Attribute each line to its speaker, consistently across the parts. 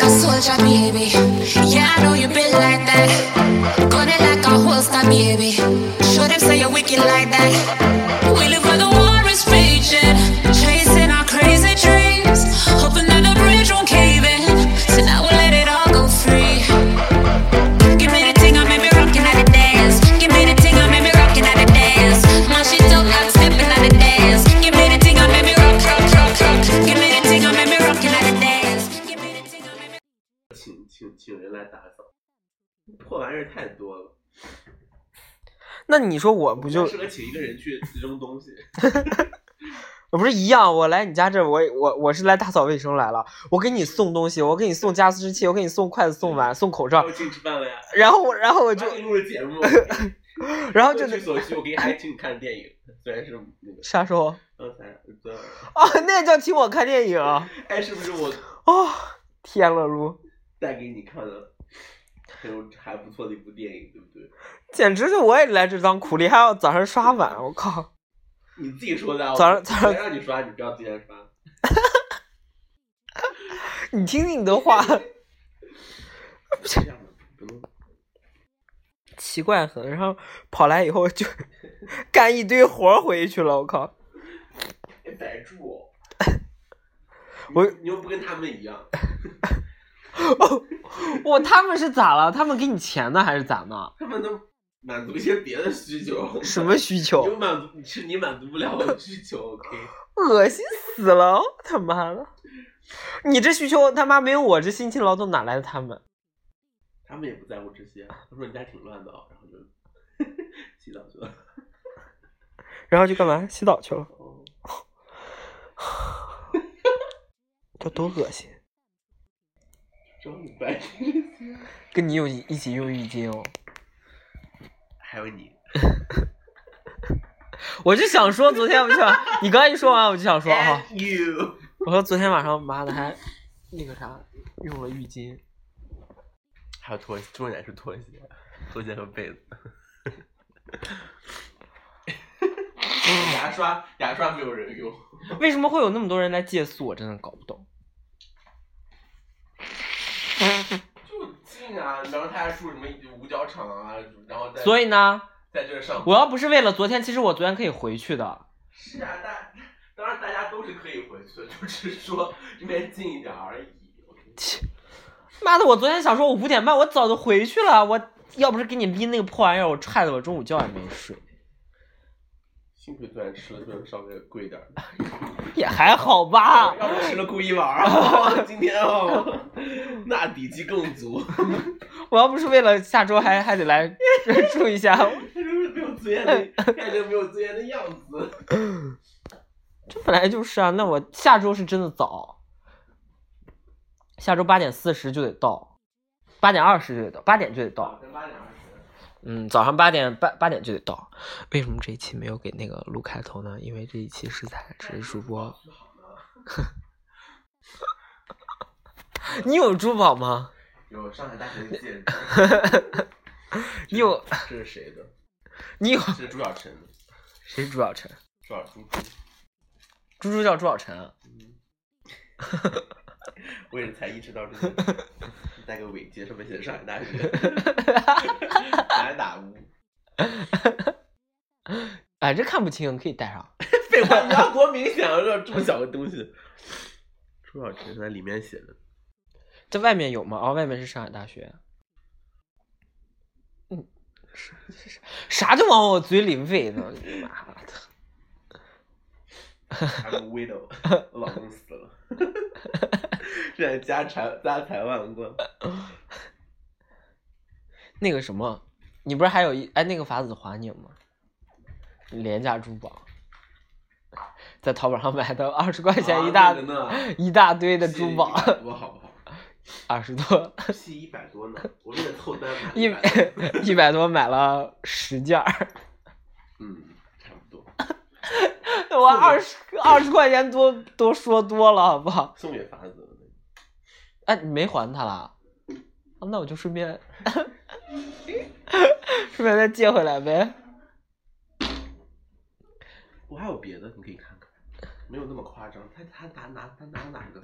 Speaker 1: gunshot, baby. Yeah, I know you been like that. Gun it like a holster, baby. Show them say you're wicked like that. We live where the war is raging, chasing our crazy dreams, hoping that the bridge won't cave in. So now we let it all go free. Give me the thing, I made me rockin' at the dance. Give me the thing, I made me rockin' at the dance. My shit dope, I'm steppin' at the dance. Give me the thing, I made me rock, rock, rock, rock. Give me the thing, I made me rockin' at the dance. Give me the thing, I made me.
Speaker 2: 请请请人来打扫，破玩意儿太多了。
Speaker 3: 那你说我不就
Speaker 2: 适合请一个人去扔东西？
Speaker 3: 我不是一样？我来你家这，我我我是来打扫卫生来了。我给你送东西，我给你送加湿器，我给你送筷子、送碗、送口罩
Speaker 2: 我，请你吃饭了呀。
Speaker 3: 然后我然后我 就
Speaker 2: 我给你录了节目，
Speaker 3: 然后就
Speaker 2: 各取所需。我给你还请你看电影，虽然是那个
Speaker 3: 啥时候
Speaker 2: 刚才昨晚
Speaker 3: 啊？那叫请我看电影啊！
Speaker 2: 哎，是不是我
Speaker 3: 天了如，
Speaker 2: 带给你看了很有还不错的一部电影，对不对？
Speaker 3: 简直就我也来这当苦力，还要早上刷碗，我靠！
Speaker 2: 你自己说的啊。
Speaker 3: 早上
Speaker 2: 我
Speaker 3: 早上
Speaker 2: 谁让你刷，你不要自己来 刷。
Speaker 3: 你听听你的话，
Speaker 2: 这样的不能
Speaker 3: 奇怪很。然后跑来以后就 干一堆活儿回去了，我靠！
Speaker 2: 哎逮住我。
Speaker 3: 我
Speaker 2: 你你又不跟他们一样，
Speaker 3: 我他们是咋了？他们给你钱呢还是咋呢？
Speaker 2: 他们能满足一些别的需求。
Speaker 3: 什么需求
Speaker 2: 你？又满足，你是你满足不了我的需 求，OK？
Speaker 3: 恶心死了！他妈的，你这需求他妈没有我这辛勤劳动哪来的他们？
Speaker 2: 他们也不在乎这些，他说你家挺乱的哦，然后就洗澡去 了。
Speaker 3: 然后就干嘛？洗澡去了，
Speaker 2: 哦，
Speaker 3: 这多恶心！
Speaker 2: 找你白痴，
Speaker 3: 跟你有一一起用浴巾哦。
Speaker 2: 还有你，
Speaker 3: 我就想说，昨天我就想，你刚一说完我就想说啊，
Speaker 2: And you，
Speaker 3: 我说昨天晚上妈的还那个啥用了浴巾，
Speaker 2: 还有拖鞋，重点是拖鞋，拖鞋和被子。牙刷，牙刷没有人用，
Speaker 3: 为什么会有那么多人来借宿？我真的搞不懂。
Speaker 2: 就近啊，然后他还住什么五角场啊，然后在
Speaker 3: 所以呢，
Speaker 2: 在这上班
Speaker 3: 我要不是为了昨天，其实我昨天可以回去的。
Speaker 2: 是啊，大当然大家都是可以回去的，就只是说离那边近一点而已。OK
Speaker 3: 妈的，我昨天想说，我五点半我早就回去了，我要不是给你拎那个破玩意儿，我害得我中午觉也没睡。
Speaker 2: 幸亏昨天吃了顿稍微贵一点的，
Speaker 3: 也还好吧。
Speaker 2: 要不吃了故意玩儿啊！今天哦，那底气更足，
Speaker 3: 我要不是为了下周还还得来住一下，
Speaker 2: 这就是没有尊严
Speaker 3: 嗯
Speaker 2: 的，看着没有尊严的样子。
Speaker 3: 这本来就是啊。那我下周是真的早，下周八点四十就得到，八点二十就得到，八点就得到。
Speaker 2: 早晨八点二十，
Speaker 3: 嗯，早上八点八八点就得到。为什么这一期没有给那个录开头呢？因为这一期是在只是主播。 你有珠宝吗？
Speaker 2: 有上海大学的戒指，
Speaker 3: 你有
Speaker 2: 这是谁的？
Speaker 3: 你有
Speaker 2: 这是朱小晨的，
Speaker 3: 谁朱小晨？
Speaker 2: 朱小猪猪，
Speaker 3: 猪猪叫朱小晨啊。
Speaker 2: 我也是才意识到这个， 戴个尾戒，上面写着上海大学， 来打乌。
Speaker 3: 哎，这看不清，可以戴上。
Speaker 2: 废话，你要多明显啊！这这么小个东西，朱小晨在里面写的，
Speaker 3: 这外面有吗？哦，外面是上海大学。嗯，是是是啥就往我嘴里喂呢？你妈的！
Speaker 2: I'm a widow，我老公死了，这在家财家财万 贯。
Speaker 3: 那个什么，你不是还有一哎那个法子还你有吗？廉价珠宝，在淘宝上买的二十块钱一大、
Speaker 2: 啊那个呢
Speaker 3: 一大堆的珠宝，
Speaker 2: 100多好不好？
Speaker 3: 二十多
Speaker 2: 屁一百多呢，我为了凑单买
Speaker 3: 一
Speaker 2: 100多
Speaker 3: 一百 多买了十 件儿，
Speaker 2: 嗯，差不多，
Speaker 3: 我二十二十块钱多多说多了好不好？
Speaker 2: 送给法子的。
Speaker 3: 哎，你没还他啦？啊那我就顺便 顺便再借回来呗。
Speaker 2: 我还有别的，你可以看看，没有那么夸张。他他拿拿他拿哪个？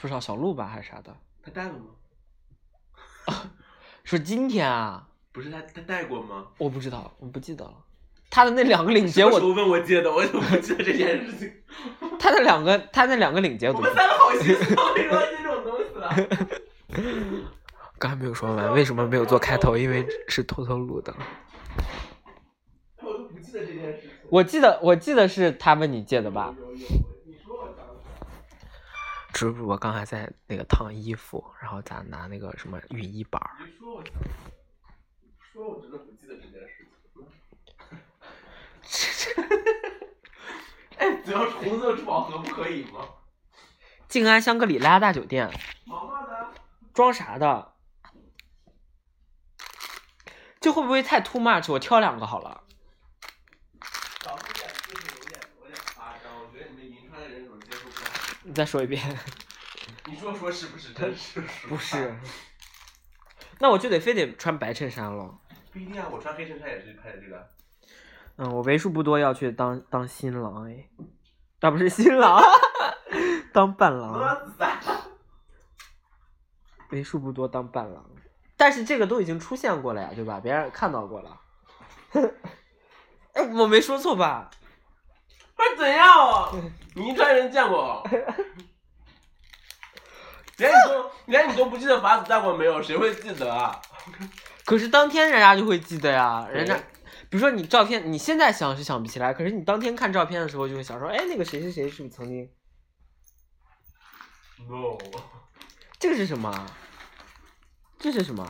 Speaker 3: 不知道小鹿吧还是啥的，
Speaker 2: 他戴了吗？
Speaker 3: 说今天啊，
Speaker 2: 不是他他带过吗？
Speaker 3: 我不知道，我不记得了。他的那两个领
Speaker 2: 什
Speaker 3: 结
Speaker 2: 么
Speaker 3: 我
Speaker 2: 时，候问我借的？我怎么不记得这件事情？
Speaker 3: 他的两个，他那两个领结我
Speaker 2: 我
Speaker 3: 都
Speaker 2: 们三个好心酸，你说这种东西啊？
Speaker 3: 刚才没有说完，为什么没有做开头？因为是偷偷录的。
Speaker 2: 我都不记得这件事情。
Speaker 3: 我记得，我记得是他问你借的吧？
Speaker 2: 有有有，你说我想不起来
Speaker 3: 只不过刚才在那个烫衣服，然后咱拿那个什么熨衣板儿。
Speaker 2: 你说我想不起来，你说我真的不记得这件事情。哎， 只要是红色吃饱和不可以吗？
Speaker 3: 静安香格里拉大酒店
Speaker 2: 毛毛的，
Speaker 3: 装啥的？这会不会太 too much？我挑两个好了。
Speaker 2: 小数点就是有点有点夸张，我觉得你们银川的人怎么接受不了？
Speaker 3: 你再说一遍。
Speaker 2: 你说说是不是真是？
Speaker 3: 不是， 那我就得非得穿白衬衫了。
Speaker 2: 不一定啊，我穿黑衬衫也是拍的这个。
Speaker 3: 嗯，我为数不多要去当当新郎哎，啊不是新郎， 当伴郎，
Speaker 2: 我啊咋？
Speaker 3: 为数不多当伴郎。但是这个都已经出现过了呀，对吧？别人也看到过了。 哎，我没说错吧？
Speaker 2: 不是怎样哦？ 你银川人见过 哦？连你都连你都不记得法子带过没有？谁会记得啊？
Speaker 3: 可是当天人家就会记得呀，人家，比如说你照片，你现在想是想不起来，可是你当天看照片的时候就会想说，哎，那个谁谁谁是不是曾经？
Speaker 2: No，
Speaker 3: 这个是什么？啊这是什么？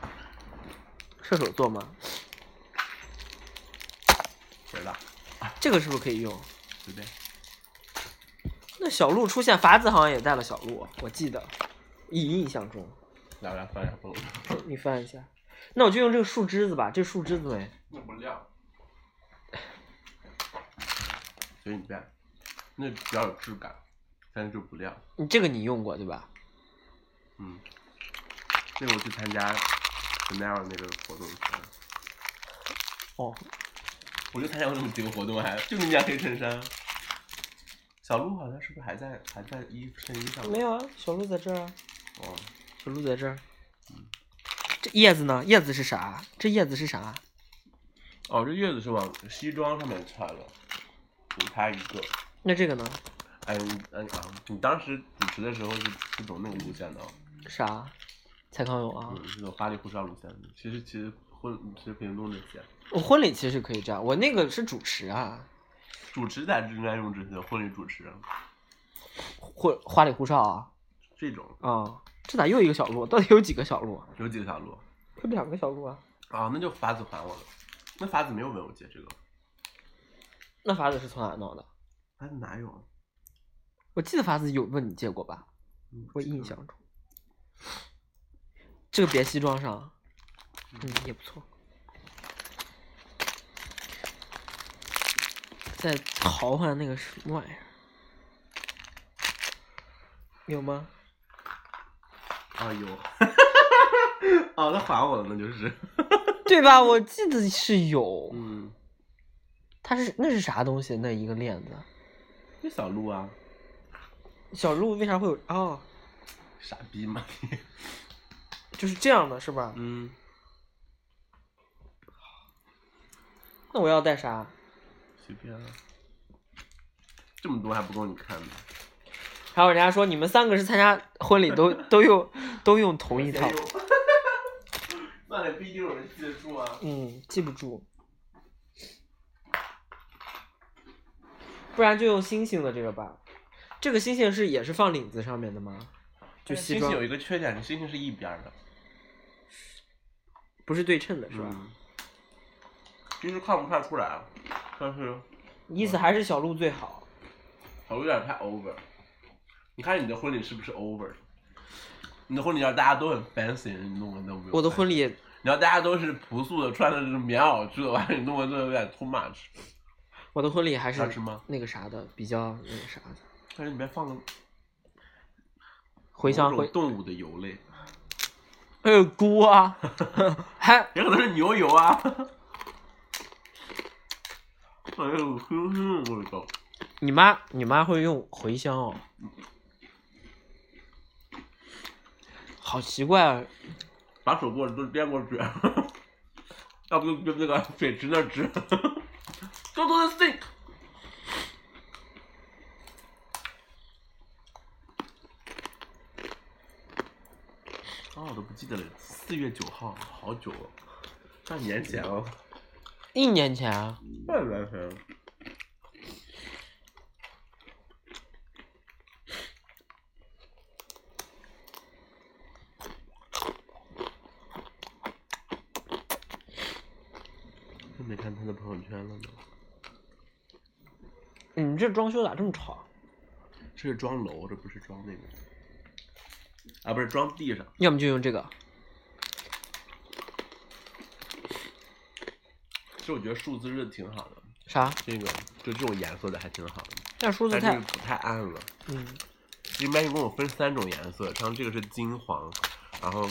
Speaker 3: 啊射手座吗？
Speaker 2: 谁的？
Speaker 3: 这个是不是可以用？
Speaker 2: 随便。
Speaker 3: 那小鹿出现，法子好像也带了小鹿，我记得，以印象中。
Speaker 2: 来来翻一下风。
Speaker 3: 你翻一下，那我就用这个树枝子吧，这树枝子没。
Speaker 2: 那不亮。随你变，那比较有质感，但是就不亮。
Speaker 3: 你这个你用过对吧？
Speaker 2: 嗯，那个我去参加 Chanel 那个活动的时候，
Speaker 3: 哦，
Speaker 2: 我就参加过那么几个活动还，就是那件黑衬衫。小鹿好像是不是还在还在衣衬衣上？
Speaker 3: 没。有啊，小鹿在这儿啊，
Speaker 2: 哦，
Speaker 3: 小鹿在这儿。这叶子呢？叶子是啥？这叶子是啥？
Speaker 2: 哦，这月子是往西装上面穿了，就他一个。
Speaker 3: 那这个呢？
Speaker 2: 哎，你哎啊，你当时主持的时候是是走那个路线的、哦。
Speaker 3: 啥？蔡康永啊？
Speaker 2: 嗯，这种花里胡哨路线的，其实其实婚其实可以弄这些。
Speaker 3: 我婚礼其实可以这样，我那个是主持啊，
Speaker 2: 主持咱是应该用这些婚礼主持
Speaker 3: 或花里胡哨啊，
Speaker 2: 这种，
Speaker 3: 啊、这咋又一个小鹿？到底有几个小鹿啊？
Speaker 2: 有几个小鹿
Speaker 3: 有两个小鹿啊？
Speaker 2: 啊？那就法子还我了，那法子没有问我借这个，
Speaker 3: 那法子是从哪弄的？
Speaker 2: 法子哪有？啊
Speaker 3: 我记得法子有问你借过吧？
Speaker 2: 嗯
Speaker 3: 我印象中，这个别西装上，嗯，也不错。在淘换那个什么玩意儿？有吗？
Speaker 2: 啊有， 哦，那还我了，那就是，
Speaker 3: 对吧？我记得是有，
Speaker 2: 嗯，
Speaker 3: 它是那是啥东西？那一个链子，
Speaker 2: 那小鹿啊，
Speaker 3: 小鹿为啥会有啊、
Speaker 2: 傻逼嘛，
Speaker 3: 就是这样的是吧？
Speaker 2: 嗯，
Speaker 3: 那我要带啥？
Speaker 2: 随便啊，这么多还不够你看的，
Speaker 3: 还有人家说你们三个是参加婚礼都都用都用同一 套，
Speaker 2: 算了，不一定有人记得住啊。
Speaker 3: 嗯，记不住，不然就用星星的这个吧。这个星星是也是放领子上面的吗？就
Speaker 2: 就哎
Speaker 3: 西
Speaker 2: 星
Speaker 3: 装
Speaker 2: 星有一个缺点，星星是一边儿的，
Speaker 3: 不是对称的是吧？
Speaker 2: 嗯？其实看不看出来啊，但是
Speaker 3: 意思还是小鹿最好。
Speaker 2: 头有点太 over。你看你的婚礼是不是 over？你的婚礼要大家都很 fancy，你弄得都没有。哎
Speaker 3: 我的婚
Speaker 2: 礼，
Speaker 3: 礼也
Speaker 2: 你要大家都是朴素的，穿的是棉袄去的话， 你弄得这有点 too much。
Speaker 3: 我的婚礼还是
Speaker 2: 好吃吗
Speaker 3: 那个啥的，比较那个啥的。
Speaker 2: 但是里面放了
Speaker 3: 茴香
Speaker 2: 某种
Speaker 3: 茴，
Speaker 2: 动物的油类，
Speaker 3: 还有猪啊， 还
Speaker 2: 也可能是牛油啊。 哎呦， 哼哼，我靠！
Speaker 3: 你妈，你妈会用茴香哦。好奇怪啊！
Speaker 2: 把手给我都别给我撅， 要不就就那个水直那儿直。Go to the sink。啊，我都不记得了，四月九号，好久了，半年前哦了，
Speaker 3: 一年前啊，
Speaker 2: 半年前了。又没看他的朋友圈了呢，
Speaker 3: 你们这装修咋这么啊吵？
Speaker 2: 这是装楼，这不是装那个，啊，不是装地上。
Speaker 3: 要么就用这个。
Speaker 2: 其实我觉得数字是挺好的，
Speaker 3: 啥？
Speaker 2: 这个就这种颜色的还挺好的，
Speaker 3: 但数字
Speaker 2: 但
Speaker 3: 太
Speaker 2: 是……不太暗了。
Speaker 3: 嗯，
Speaker 2: 一般一共有分三种颜色，然后这个是金黄，然后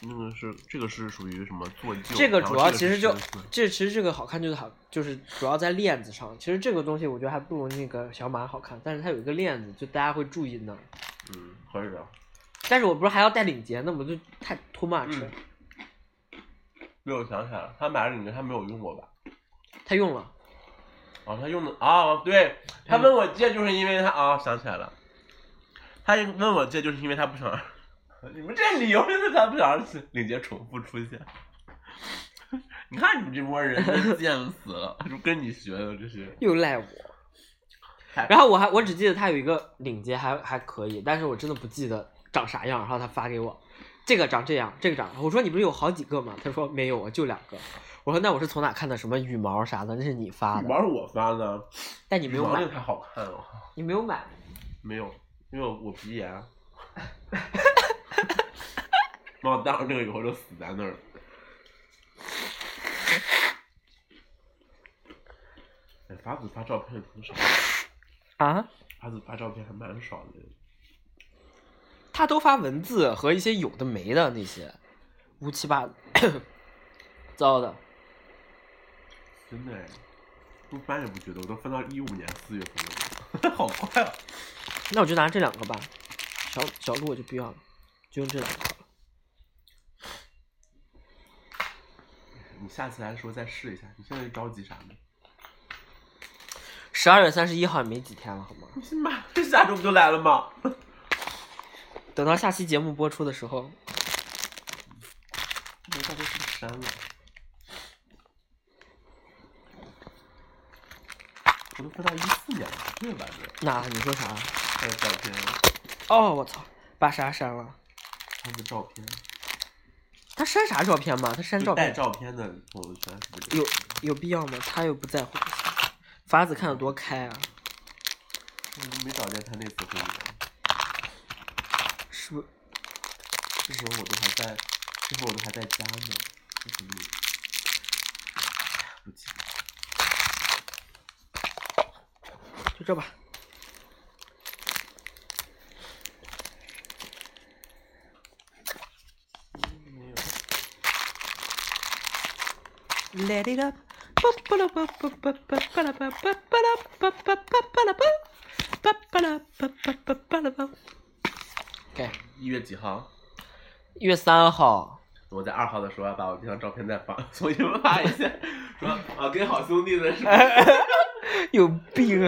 Speaker 2: 那个是这个是属于什么做旧，
Speaker 3: 这个
Speaker 2: 然后
Speaker 3: 主要其
Speaker 2: 是
Speaker 3: 实就
Speaker 2: 深色
Speaker 3: 这其实这个好看就是好，就是主要在链子上。其实这个东西我觉得还不如那个小马好看，但是它有一个链子，就大家会注意那儿。
Speaker 2: 嗯，合适啊，
Speaker 3: 但是我不是还要带领结，那我就太 too much 了。
Speaker 2: 对，我想起来了，他买了领结，他没有用过吧？
Speaker 3: 他用了，
Speaker 2: 哦，他用的哦，对他
Speaker 3: 嗯
Speaker 2: 问我借，就是因为他哦，想起来了，他问我借，就是因为他不想让，你们这理由就是他不想让领结重复出现。 你看你们这波人真贱死了，就跟你学的这些。
Speaker 3: 又赖我。然后我还我只记得他有一个领结还还可以，但是我真的不记得长啥样。然后他发给我，这个长这样，这个长……我说你不是有好几个吗？他说没有，我就两个。我说那我是从哪看的什么羽毛啥的？那是你发
Speaker 2: 羽
Speaker 3: 的，
Speaker 2: 毛是我发的，
Speaker 3: 但你没
Speaker 2: 羽
Speaker 3: 有
Speaker 2: 毛那
Speaker 3: 买
Speaker 2: 个，太好看了，
Speaker 3: 你没有买。
Speaker 2: 没有，因为我我鼻炎。啊把我戴上这个以后就死在那儿了。哎，法子发照片挺少的。
Speaker 3: 啊，
Speaker 2: 他子发照片还蛮少的，
Speaker 3: 他都发文字和一些有的没的那些乌七八 糟的。
Speaker 2: 真的哎，我翻也不觉得，我都翻到一五年四月份了， 好快啊！
Speaker 3: 那我就拿这两个吧，小小鹿我就不要了，就用这两个好了。
Speaker 2: 你下次来的时候再试一下，你现在着急啥呢？
Speaker 3: 十二月三十一号也没几天了，好吗？
Speaker 2: 你妈，这下周不就来了吗？
Speaker 3: 等到下期节目播出的时候，
Speaker 2: 那大周是不是删了？我都翻到一四年了，这玩意儿
Speaker 3: 那你说啥？
Speaker 2: 还有照片，
Speaker 3: 哦，我操，把啥删了？
Speaker 2: 他的照片，
Speaker 3: 他删啥照片吗？他删
Speaker 2: 就
Speaker 3: 照
Speaker 2: 带
Speaker 3: 片
Speaker 2: 照片的朋友圈是不是？
Speaker 3: 有有必要吗？他又不在乎。法子看得多开啊，
Speaker 2: 我都没找见他那次啊婚礼。
Speaker 3: 是不？
Speaker 2: 这时候我都还在，这时候我都还在家呢，这怎么也不记得？
Speaker 3: 就这吧。
Speaker 2: 没有，
Speaker 3: Let it up。巴巴拉巴巴巴巴巴拉巴巴巴拉巴巴巴巴拉巴，巴巴拉巴巴巴巴拉巴。给
Speaker 2: 一月几号？
Speaker 3: 一月三号，
Speaker 2: 我在二号的时候要啊把我那张照片再发， 重新发一下，说啊跟好兄弟的 是吧？
Speaker 3: 有病。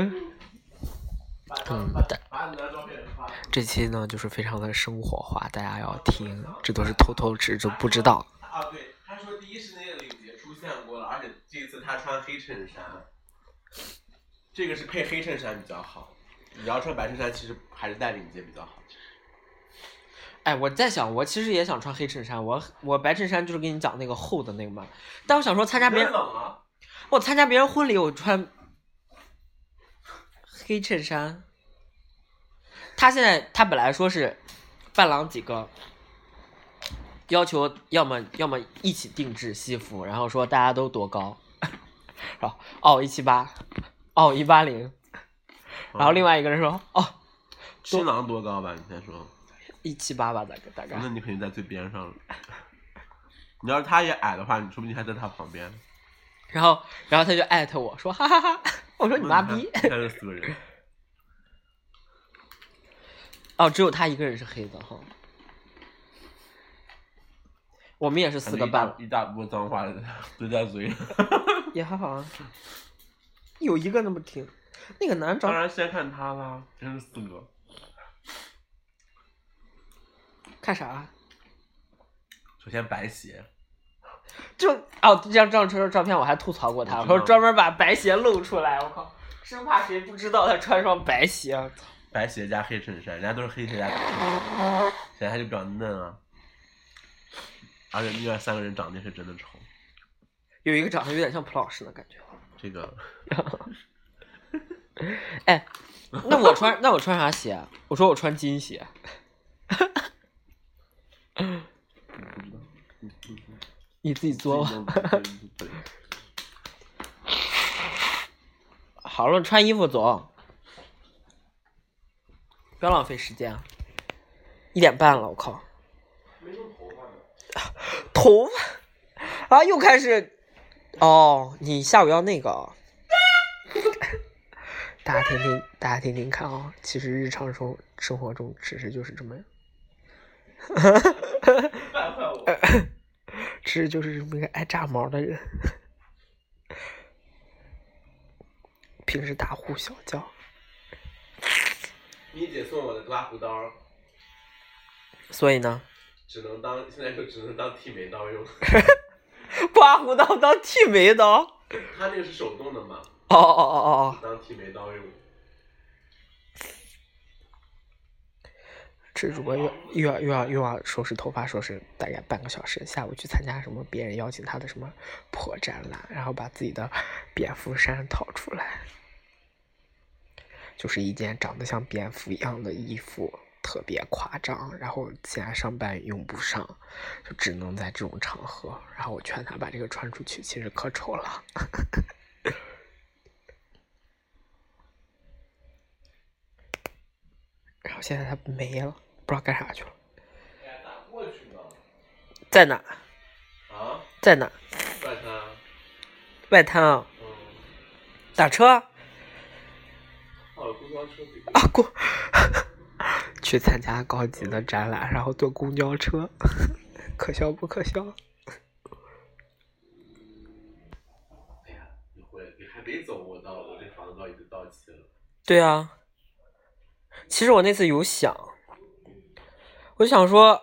Speaker 3: 啊
Speaker 2: 把把把你的照片发。
Speaker 3: 这期呢就是非常的生活化，大家要听，这都是偷偷吃，就不知道。
Speaker 2: 啊，对，他说第一是那个领结出现过了，而且这次他穿黑衬衫，这个是配黑衬衫比较好。你要穿白衬衫，其实还是带领结比较好。
Speaker 3: 哎，我在想，我其实也想穿黑衬衫，我我白衬衫就是跟你讲那个厚的那个嘛。但我想说参加别人，
Speaker 2: 冷啊？
Speaker 3: 我参加别人婚礼，我穿黑衬衫。他现在他本来说是伴郎几个要求，要么要么一起定制西服，然后说大家都多高， 然后哦一七八，哦一八零，然后另外一个人说哦
Speaker 2: 新郎嗯多高吧？你先说。
Speaker 3: 一七八吧，大概大概
Speaker 2: 那。你肯定在最边上了。你要是他也矮的话，你说不定还在他旁边。
Speaker 3: 然后然后他就艾特我说哈哈哈我说你妈逼
Speaker 2: 看这四个人，
Speaker 3: 哦，只有他一个人是黑的哈。我们也 是四个半了，
Speaker 2: 一大波脏话堆在 嘴里。
Speaker 3: 也还好啊。有一个那么挺，那个男
Speaker 2: 当
Speaker 3: 找
Speaker 2: 然先看他啦，真是四个。
Speaker 3: 看啥？啊
Speaker 2: 首先白鞋，
Speaker 3: 就哦，这张张春的照片我还吐槽过他，
Speaker 2: 我
Speaker 3: 我
Speaker 2: 知道
Speaker 3: 说专门把白鞋露出来，我靠，生怕谁不知道他穿双白鞋。啊操
Speaker 2: 白鞋加黑衬衫，人家都是黑鞋加白衬衫，显然他就比较嫩啊。而且另外三个人长得是真的丑，
Speaker 3: 有一个长得有点像蒲老师的感觉。
Speaker 2: 这个
Speaker 3: 哎，那我穿那我穿啥鞋啊？我说我穿金鞋。 你自己作吧。 好了，穿衣服走，不要浪费时间啊！一点半了，我靠！ 头发啊，又开始哦！你下午要那个、哦，大家听听，大家听听看啊、其实日常生活生活中，只是就是这么，
Speaker 2: 败坏我。
Speaker 3: 只是就是这么一个爱炸毛的人，平时大呼小叫。
Speaker 2: 你姐送我的刮胡刀，
Speaker 3: 所以呢，
Speaker 2: 只能当现在就只能当剃眉刀用，
Speaker 3: 刮胡刀当剃眉刀。
Speaker 2: 它那个是手动的嘛，
Speaker 3: 哦哦哦哦哦，
Speaker 2: 当剃眉刀用。
Speaker 3: 这主播又又要又要又要收拾头发，收拾大概半个小时。下午去参加什么别人邀请他的什么破展览，然后把自己的蝙蝠衫掏出来，就是一件长得像蝙蝠一样的衣服，特别夸张。然后现在上班用不上，就只能在这种场合。然后我劝他把这个穿出去，其实可丑了。然后现在他没了，不知道干啥去了，
Speaker 2: 哎呀，打过去嘛。
Speaker 3: 在哪？
Speaker 2: 啊，
Speaker 3: 在哪？
Speaker 2: 怪他，
Speaker 3: 外滩啊，
Speaker 2: 嗯，
Speaker 3: 打车啊，
Speaker 2: 哦，公交车比
Speaker 3: 啊过，去参加高级的展览，然后坐公交车， 可笑不可笑？
Speaker 2: 你会，你还没走，我到了，我这房租已经到期了。
Speaker 3: 对啊，其实我那次有想，我就想说，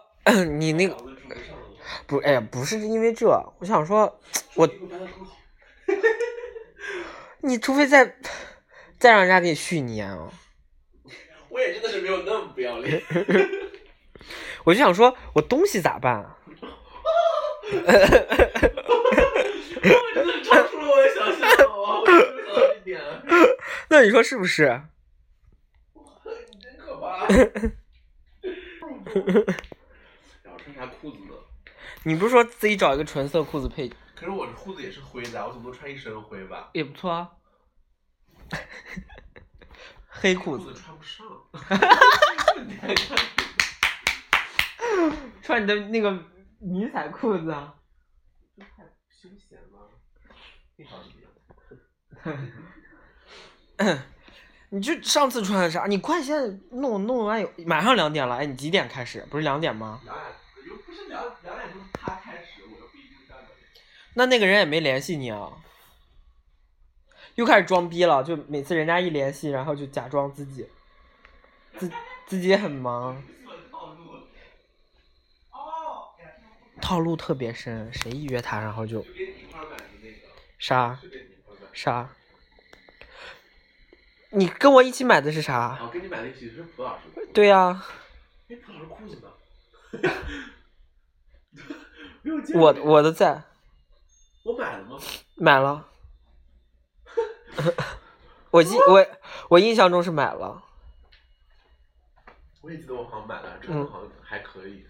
Speaker 3: 你那个
Speaker 2: 房子住不上了，
Speaker 3: 不，哎呀，不是因为这，我想说，我
Speaker 2: 一个搬的很好。
Speaker 3: 你除非再再让人家给你续年啊。
Speaker 2: 我也真的是没有那么不要脸。
Speaker 3: 我就想说，我东西咋办、啊？
Speaker 2: 我真的超出了我的想象啊！我真没想到这点，
Speaker 3: 那你说是不是？
Speaker 2: 你真可怕。然后穿啥裤子呢？
Speaker 3: 你不是说自己找一个纯色裤子配
Speaker 2: 可是我的裤子也是灰的，我总不能穿一身灰吧？
Speaker 3: 也不错啊？ 黑
Speaker 2: 裤
Speaker 3: 裤子
Speaker 2: 子穿不上。你还看
Speaker 3: 穿你的那个迷彩裤子啊。
Speaker 2: 休闲吗？非常低。
Speaker 3: 你就上次穿的啥？你快现在弄弄完有马上两点了，哎，你几点开始？不是两点吗？
Speaker 2: 两点又不是两两点钟他开始，我又不一定干得了。
Speaker 3: 那那个人也没联系你啊，又开始装逼了。就每次人家一联系，然后就假装自己自自己也很忙，
Speaker 2: 我的套路。哦，
Speaker 3: 套路特别深。谁一约他，然后就
Speaker 2: 就跟你一块儿买的那个，
Speaker 3: 啥
Speaker 2: 就跟你一块儿买的。
Speaker 3: 啥。你跟我一起买的是啥？
Speaker 2: 哦，跟你买的其实是葡萄老师的。
Speaker 3: 对啊呀、
Speaker 2: 哎，葡萄老师裤子呢？没有见
Speaker 3: 我
Speaker 2: 过
Speaker 3: 我的在
Speaker 2: 我买了吗？
Speaker 3: 买了， 我记我我印象中是买了。
Speaker 2: 我也记得我好像买了，穿
Speaker 3: 嗯
Speaker 2: 的好像还可以。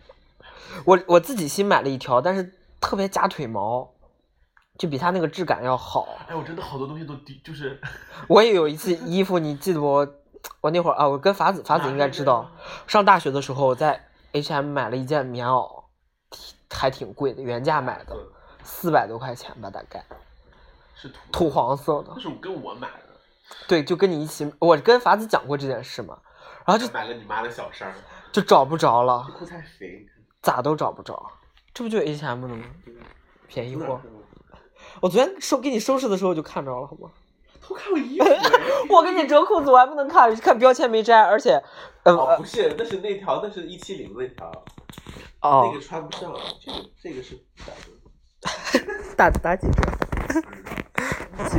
Speaker 3: 我我自己新买了一条，但是特别夹腿毛，就比它那个质感要好。
Speaker 2: 哎，我真的好多东西都低，就是
Speaker 3: 我也有一次衣服，你记得我，我那会儿啊，我跟法子，法子应该知道，上大学的时候我在 H&M 买了一件棉袄，挺还挺贵的，原价买的，四百多块钱吧，大概
Speaker 2: 是土
Speaker 3: 土，黄色的
Speaker 2: 那。是我跟我买的，
Speaker 3: 对，就跟你一起，我跟法子讲过这件事嘛，然后就
Speaker 2: 买了你妈的小衫儿，
Speaker 3: 就找不着了
Speaker 2: 啊这。裤太肥，你看
Speaker 3: 咋都找不着。这不就 H M 的吗？便宜
Speaker 2: 有点
Speaker 3: 货
Speaker 2: 儿。
Speaker 3: 我昨天收给你收拾的时候我就看着了，好吗？
Speaker 2: 偷看我衣服哎。
Speaker 3: 我给你折裤子，我还不能看，看标签没摘，而且，嗯
Speaker 2: 哦，不是，那是那条，那是一七零那条，那
Speaker 3: 哦
Speaker 2: 个，穿不上，这个这个是假的。
Speaker 3: 打打几折？ 几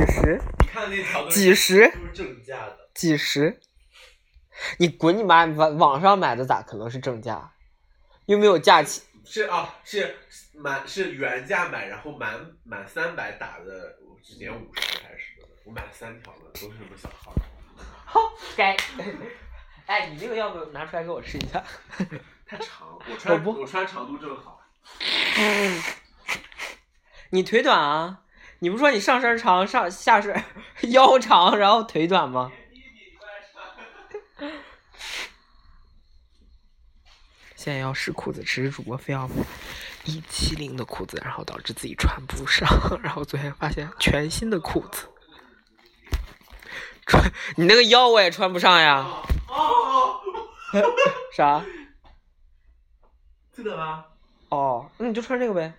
Speaker 3: 十？
Speaker 2: 你看那条都是
Speaker 3: 几十？
Speaker 2: 都是正价的，
Speaker 3: 几十？你滚你妈！网网上买的咋可能是正价？又没有假期。
Speaker 2: 是啊，是满是原价买，然后满满三百打的，我之前五十开始的，我买了三条的，都是什么小号。
Speaker 3: 该。哎，你那个要不拿出来给我试一下？
Speaker 2: 太长，我穿
Speaker 3: 哦我不
Speaker 2: 穿长度正好。
Speaker 3: 你腿短啊？你不说你上身长，上下身腰长，然后腿短吗？ 现在要试裤子，只是主播非要买一七零的裤子，然后导致自己穿不上。然后昨天发现全新的裤子，穿你那个腰我也穿不上呀。
Speaker 2: 哦，
Speaker 3: 啥？
Speaker 2: 真的吗？
Speaker 3: 哦，那你就穿这个呗。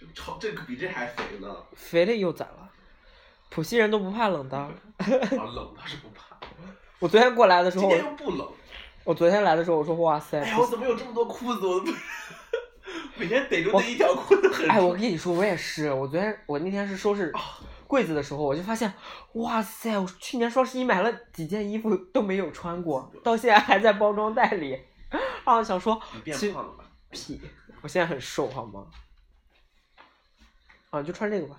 Speaker 2: 这超这个比这还肥 呢，
Speaker 3: 肥了又咋了？普西人都不怕冷的。
Speaker 2: 啊冷倒是不怕，
Speaker 3: 我昨天过来的时
Speaker 2: 今
Speaker 3: 候，
Speaker 2: 天
Speaker 3: 我
Speaker 2: 又不冷。
Speaker 3: 我昨天来的时候，我说哇塞，
Speaker 2: 哎呀，
Speaker 3: 普
Speaker 2: 我
Speaker 3: 西
Speaker 2: 怎么有这么多裤子？我都不 每天逮住那一条裤子很
Speaker 3: 哎，我跟你说，我也是，我昨天我那天是收
Speaker 2: 哦
Speaker 3: 拾柜子的时候，我就发现，哇塞，我去年双十一买了几件衣服都没有穿过，到现在还在包装袋里。然后想说
Speaker 2: 你变
Speaker 3: 其实
Speaker 2: 胖了吧？
Speaker 3: 屁，我现在很瘦好吗？啊，就穿这个吧。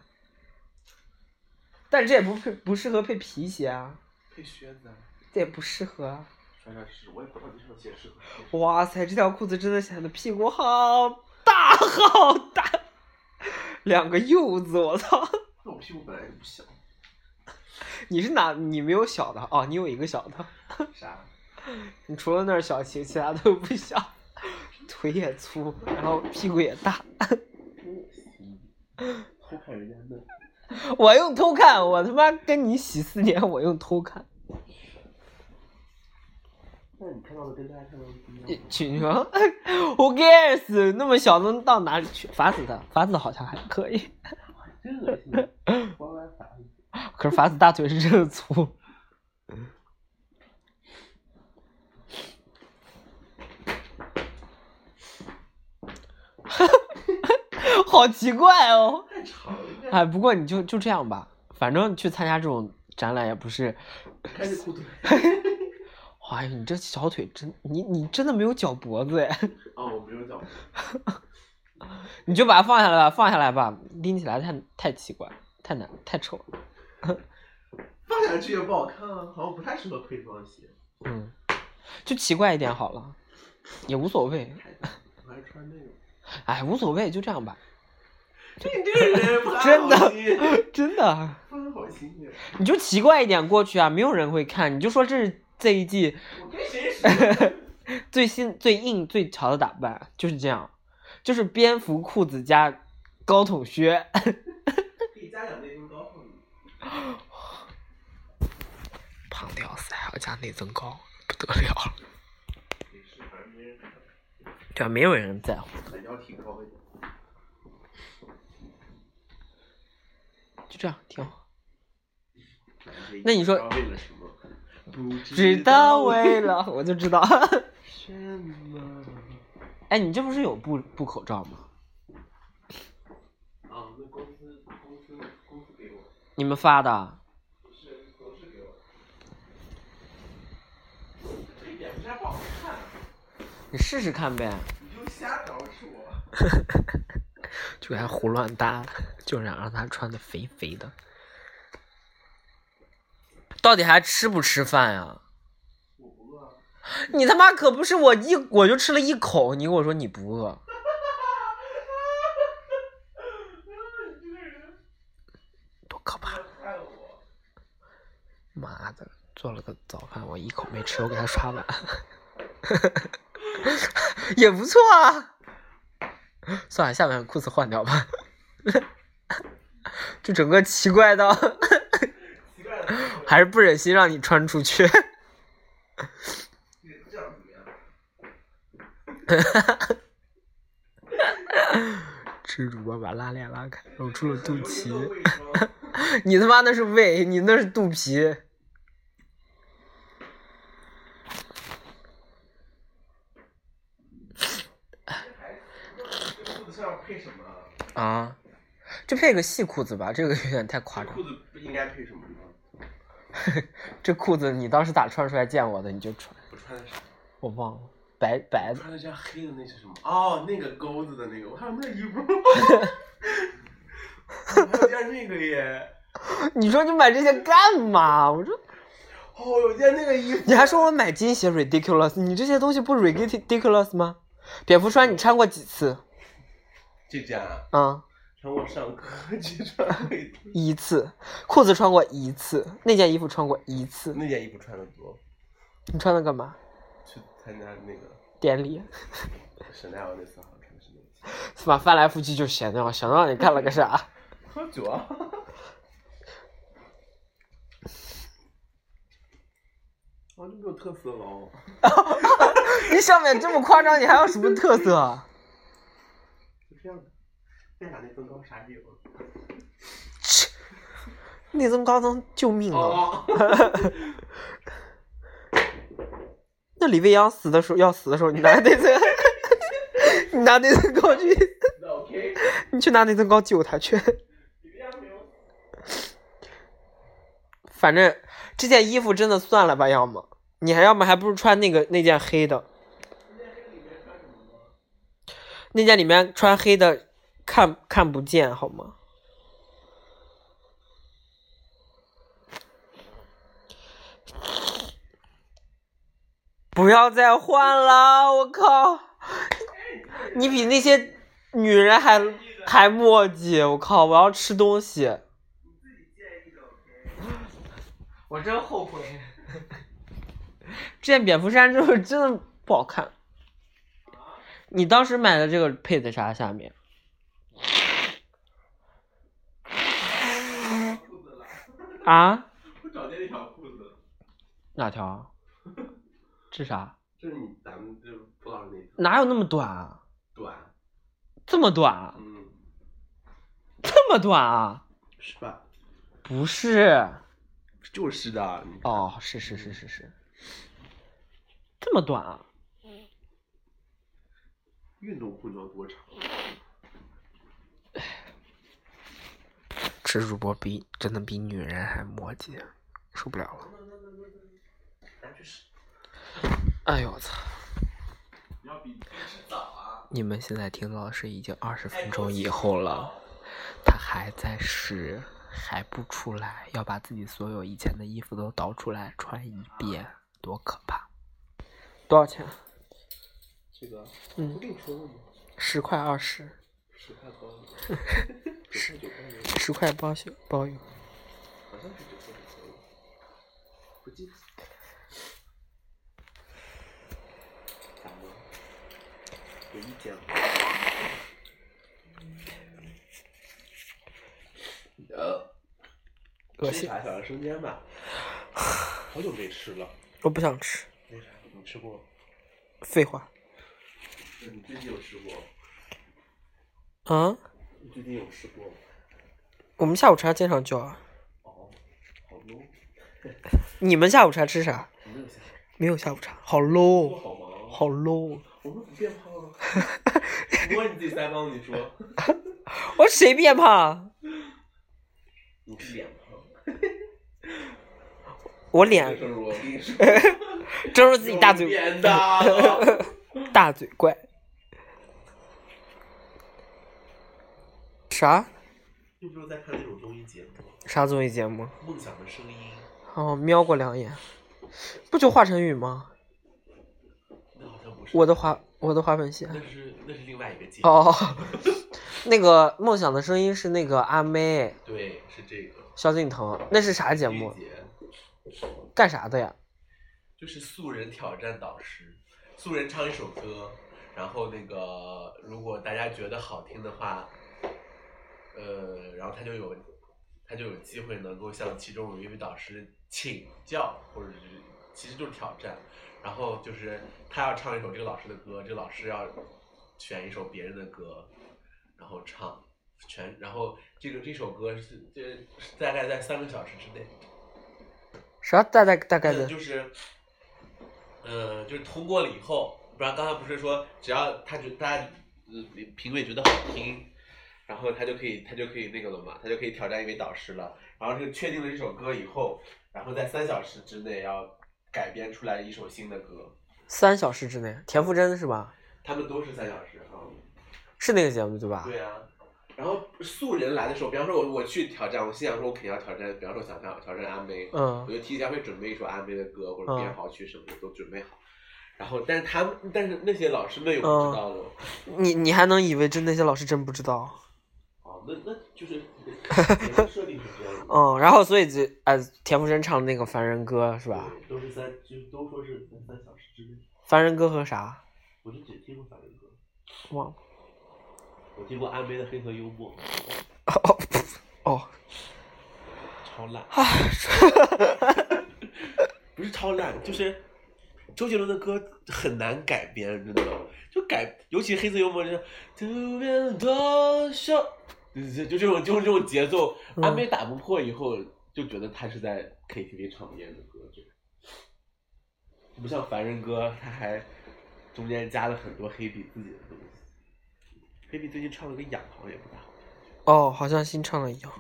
Speaker 3: 但这也不配，不适合配皮鞋啊，
Speaker 2: 配靴子啊，
Speaker 3: 这也不适合啊。
Speaker 2: 穿上试试，我也不知道这双鞋适合。
Speaker 3: 哇塞，这条裤子真的显得屁股好大好大，两个柚子，我操！
Speaker 2: 那我屁股本来就不 小，
Speaker 3: 你是哪？你没有小的哦，你有一个小的，
Speaker 2: 啥？
Speaker 3: 你除了那儿小，其其他都不小， 腿也粗，然后屁股也大。
Speaker 2: 偷看人家嫩，
Speaker 3: 我用偷看，我他妈跟你洗四年，我用偷看。
Speaker 2: 那你看到的跟大家看到的不一样 吗。
Speaker 3: 群群，Who cares？那么小能到哪里去？法子的，法子好像还可以，
Speaker 2: 真恶心，弯弯法语。
Speaker 3: 可是法子大腿是真的粗。 好奇怪哦。
Speaker 2: 太长了， 应该
Speaker 3: 哎，不过你就就这样吧，反正去参加这种展览也不是。
Speaker 2: 开始 裤腿。
Speaker 3: 哎呦，你这小腿真，你你真的没有脚脖子哎，
Speaker 2: 哦，我没有脚。
Speaker 3: 你就把它放下来吧，放下来吧，拎起来太太奇怪，太难，太丑了。
Speaker 2: 放下去也不好看啊，好像不太适合配双鞋。
Speaker 3: 嗯，就奇怪一点好了，也无所谓。
Speaker 2: 我还是穿那 个。
Speaker 3: 哎，无所谓，就这样吧，
Speaker 2: 你这个人不安
Speaker 3: 真的
Speaker 2: 好心，
Speaker 3: 真 的，啊
Speaker 2: 不安好心的。
Speaker 3: 你就奇怪一点过去啊，没有人会看，你就说这是这一季
Speaker 2: 我跟谁说？
Speaker 3: 最新最硬最潮的打扮，就是这样，就是蝙蝠裤子加高筒靴。
Speaker 2: 可以加点内增高吗？
Speaker 3: 胖的要死，还要加内增高，不得了了。
Speaker 2: 也是，反正没人看。
Speaker 3: 对啊，没有人在乎。
Speaker 2: 反腰挺高一点。
Speaker 3: 就这样，挺好。
Speaker 2: 那
Speaker 3: 那你说
Speaker 2: 为了什么？不
Speaker 3: 知道为了，我就知道。
Speaker 2: 什么？
Speaker 3: 哎，你这不是有布布口罩吗？
Speaker 2: 啊，那公司公司公司给我，
Speaker 3: 你们发的？啊
Speaker 2: 不是同事给我。这也不是不好看，啊
Speaker 3: 你试试看呗。
Speaker 2: 你就瞎捯饬我。
Speaker 3: 就给他胡乱搭，就想让他穿的肥肥的。到底还吃不吃饭呀、
Speaker 2: 我不饿。啊
Speaker 3: 你他妈可不是我一我就吃了一口，你跟我说你不饿，多可怕！妈的，做了个早饭，我一口没吃，我给他刷碗， 也不错啊。算了，下面裤子换掉吧， 就整个奇怪到，
Speaker 2: 奇怪的是，
Speaker 3: 还是不忍心让你穿出去。
Speaker 2: 这样怎么样？
Speaker 3: 是主播把拉链拉开，露出 了肚脐。你他妈那是胃，你那是肚皮。
Speaker 2: 裤子上配什么啊？
Speaker 3: 啊，就配个细裤子吧，这个有点太夸张。
Speaker 2: 裤子不应该配什么吗？
Speaker 3: 这裤子你当时咋穿出来见我的？你就穿，
Speaker 2: 我穿的是
Speaker 3: 我忘了，白白
Speaker 2: 我
Speaker 3: 的。
Speaker 2: 穿的这样黑的那是什么？哦，那个钩子的那个，我还哦有那衣服。我还有件那个耶，
Speaker 3: 你说你买这些干嘛？我说
Speaker 2: 哦，我有件那个衣服。
Speaker 3: 你还说我买金鞋 ridiculous，你这些东西不 ridiculous 吗？蝙蝠穿你穿过几次？
Speaker 2: 这件啊，
Speaker 3: 啊、
Speaker 2: 穿过上课去穿过一次。
Speaker 3: 一次。裤子穿过一次，那件衣服穿过一次。
Speaker 2: 那件衣服穿的多，
Speaker 3: 你穿的干嘛？
Speaker 2: 去参加那个
Speaker 3: 典礼。
Speaker 2: 沈奈尔那次好像穿的是那件。
Speaker 3: 是吧？翻来覆去就是闲聊，想让你干了个啥？
Speaker 2: 喝酒啊！哦，这没有特色了哦。
Speaker 3: 你上面这么夸张，你还有什么特色啊？
Speaker 2: 就这样的，再拿那增高啥也有。
Speaker 3: 内增高能救命 啊！
Speaker 2: 哦，
Speaker 3: 那李未央死的时候要死的时候，你拿内增， 你拿内增高去，
Speaker 2: 那 OK。
Speaker 3: 你去拿内增高救他去。
Speaker 2: 你这样没有。
Speaker 3: 反正这件衣服真的算了吧，要么你还要么还不如穿那个那件黑的，那件里面穿黑的看看不见好吗？不要再换了，我靠！你比那些女人还还墨迹，我靠！我要吃东西。我真后悔。这件蝙蝠衫之后真的不好看。你当时买的这个配的啥？下面
Speaker 2: 裤子了，
Speaker 3: 啊？
Speaker 2: 我找见那条裤子，
Speaker 3: 哪条啊？这啥？
Speaker 2: 就是你咱们就是不老师那条
Speaker 3: 哪有那么短啊？
Speaker 2: 短，
Speaker 3: 这么短啊？
Speaker 2: 嗯，
Speaker 3: 这么短啊？
Speaker 2: 是吧？
Speaker 3: 不是。
Speaker 2: 就是的，啊你看，
Speaker 3: 哦，是是是是是。这么短啊？
Speaker 2: 运动裤你要多长？
Speaker 3: 吃主播比真的比女人还磨叽，啊受不了了。
Speaker 2: 拿去试。
Speaker 3: 哎呦我操！
Speaker 2: 你要比平时早啊。
Speaker 3: 你们现在听到的是已经二十分钟以后了，他还在试，还不出来，要把自己所有以前的衣服都倒出来穿一遍，多可怕！多少钱？
Speaker 2: 这个，
Speaker 3: 嗯
Speaker 2: 我跟你说过吗？
Speaker 3: 十块二十，
Speaker 2: 十块包 邮，十块九块九，
Speaker 3: 十块包邮包邮。
Speaker 2: 好像是九块九，不记得。咋了？有意见吗？呃，
Speaker 3: 恶
Speaker 2: 吃
Speaker 3: 心，
Speaker 2: 啥小孩生煎吧，好久没吃了。
Speaker 3: 我不想吃。
Speaker 2: 为啥？你吃过？
Speaker 3: 废话
Speaker 2: 你最近有吃过？
Speaker 3: 啊！
Speaker 2: 你最近有吃过？
Speaker 3: 我们下午茶经常叫啊。
Speaker 2: 哦，好 low，
Speaker 3: 你们下午茶吃啥？
Speaker 2: 没有想
Speaker 3: 没有下午茶，好
Speaker 2: 我
Speaker 3: low，
Speaker 2: 好忙。啊
Speaker 3: 好 low。
Speaker 2: 我们不变胖了。 摸你自己腮帮子，你说
Speaker 3: 我谁变胖？
Speaker 2: 你是脸胖。
Speaker 3: 我
Speaker 2: 那
Speaker 3: 脸
Speaker 2: 时候我跟你说，
Speaker 3: 遮住自己大嘴巴。
Speaker 2: 扁的。
Speaker 3: 大嘴怪。啥
Speaker 2: 你不是在看那种综艺节目吗？
Speaker 3: 啥综艺节目？
Speaker 2: 《梦想的声音
Speaker 3: 哦，瞄过两眼，不就华晨宇吗？》？
Speaker 2: 那好像不是，
Speaker 3: 我的滑，我的滑粉鞋。
Speaker 2: 那是那是另外一个节目。
Speaker 3: 哦，那个《梦想的声音》是那个阿妹、
Speaker 2: 对，是这个
Speaker 3: 萧敬腾，那是啥节
Speaker 2: 音
Speaker 3: 目？
Speaker 2: 节，
Speaker 3: 干啥的呀？
Speaker 2: 就是素人挑战导师，素人唱一首歌，然后那个如果大家觉得好听的话，呃，然后他就有他就有机会能够向其中有一位导师请教，或者是其实就是挑战。然后就是他要唱一首这个老师的歌，这个老师要选一首别人的歌，然后唱全，然后这个这首歌是这大概在三个小时之内，
Speaker 3: 啥大概大概
Speaker 2: 嗯
Speaker 3: 的？
Speaker 2: 就是，呃，就是通过了以后，不然刚才不是说只要他觉大家呃评委觉得好听，然后他就可以他就可以那个了嘛，他就可以挑战一位导师了。然后就确定了这首歌以后，然后在三小时之内要改编出来一首新的歌，
Speaker 3: 三小时之内，田馥甄是吧？
Speaker 2: 他们都是三小时嗯哈、
Speaker 3: 是那个节目对吧？
Speaker 2: 对啊，然后素人来的时候，比方说我我去挑战，我心想说我肯定要挑战，比方说想挑挑战阿妹，
Speaker 3: 嗯
Speaker 2: 我就提前会准备一首阿妹的歌或者
Speaker 3: 嗯
Speaker 2: 编好曲什么的都准备好。然后，但是他们，但是那些老师们有不
Speaker 3: 嗯
Speaker 2: 知道的，
Speaker 3: 你你还能以为真那些老师真不知道？
Speaker 2: 哦，那那就是 人家设定是这样的，
Speaker 3: 嗯，然后所以就呃，田馥甄唱那个《凡人歌》是吧？
Speaker 2: 对？都是三，就是都说是三三小时之内，
Speaker 3: 凡人歌和啥？
Speaker 2: 我就只听过反正歌，
Speaker 3: 忘了。
Speaker 2: 我听过阿妹的《黑色幽默
Speaker 3: 哦哦噗哦，》，
Speaker 2: 超烂， 不是超烂，就是周杰伦的歌很难改编，真的，就改，尤其黑色幽默就是突变多少，就就这种就是这种节奏，
Speaker 3: 嗯
Speaker 2: 阿妹打不破以后，就觉得他是在 KTV 唱别人的歌，就不像凡人歌，他还中间加了很多黑笔自己的东西。黑笔最近唱了个痒，好像也不大好。
Speaker 3: 哦，好像新唱了一样。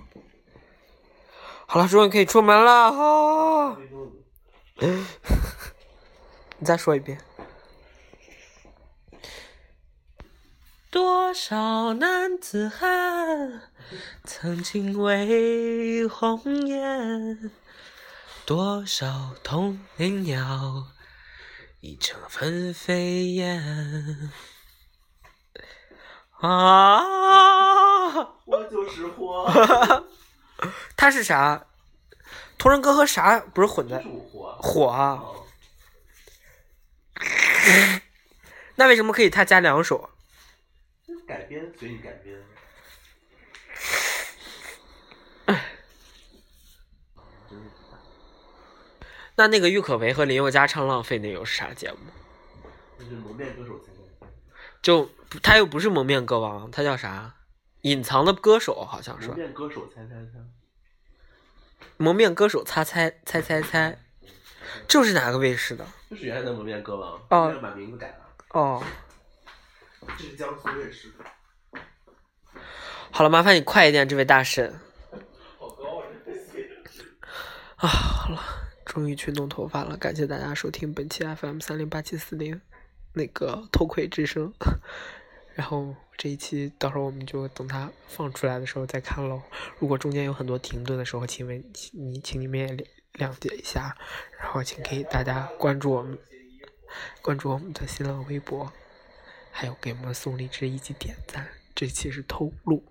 Speaker 3: 好了，终于可以出门了哈、你再说一遍。多少男子汉曾经为红颜，多少同林鸟已成纷飞燕。啊！
Speaker 2: 我就是火，
Speaker 3: 它是啥？同人歌和啥不是混
Speaker 2: 就
Speaker 3: 在
Speaker 2: 是我火。
Speaker 3: 火啊？那为什么可以他加两首？
Speaker 2: 改编随意改编。
Speaker 3: 那那个郁可唯和林宥嘉唱《浪费》那又是啥节目？
Speaker 2: 就是蒙面歌手参加。
Speaker 3: 就不他又不是蒙面歌王，他叫啥？隐藏的歌手好像是吧
Speaker 2: 蒙面歌手猜猜猜，
Speaker 3: 蒙面歌手擦猜猜猜猜，就是哪个卫视的？
Speaker 2: 就是原来的蒙面歌王，
Speaker 3: 哦
Speaker 2: 现在把名字改了，
Speaker 3: 哦，
Speaker 2: 这是江苏卫视。
Speaker 3: 好了，麻烦你快一点，这位大神。
Speaker 2: 好高啊！这个
Speaker 3: 终于去弄头发了，感谢大家收听本期 FM 三零八七四零那个偷窥之声。 然后这一期到时候我们就等它放出来的时候再看喽。如果中间有很多停顿的时候，请问你请你们也谅谅解一下，然后请给大家关注我们关注我们的新浪微博，还有给我们送荔枝以及点赞。这期是偷录，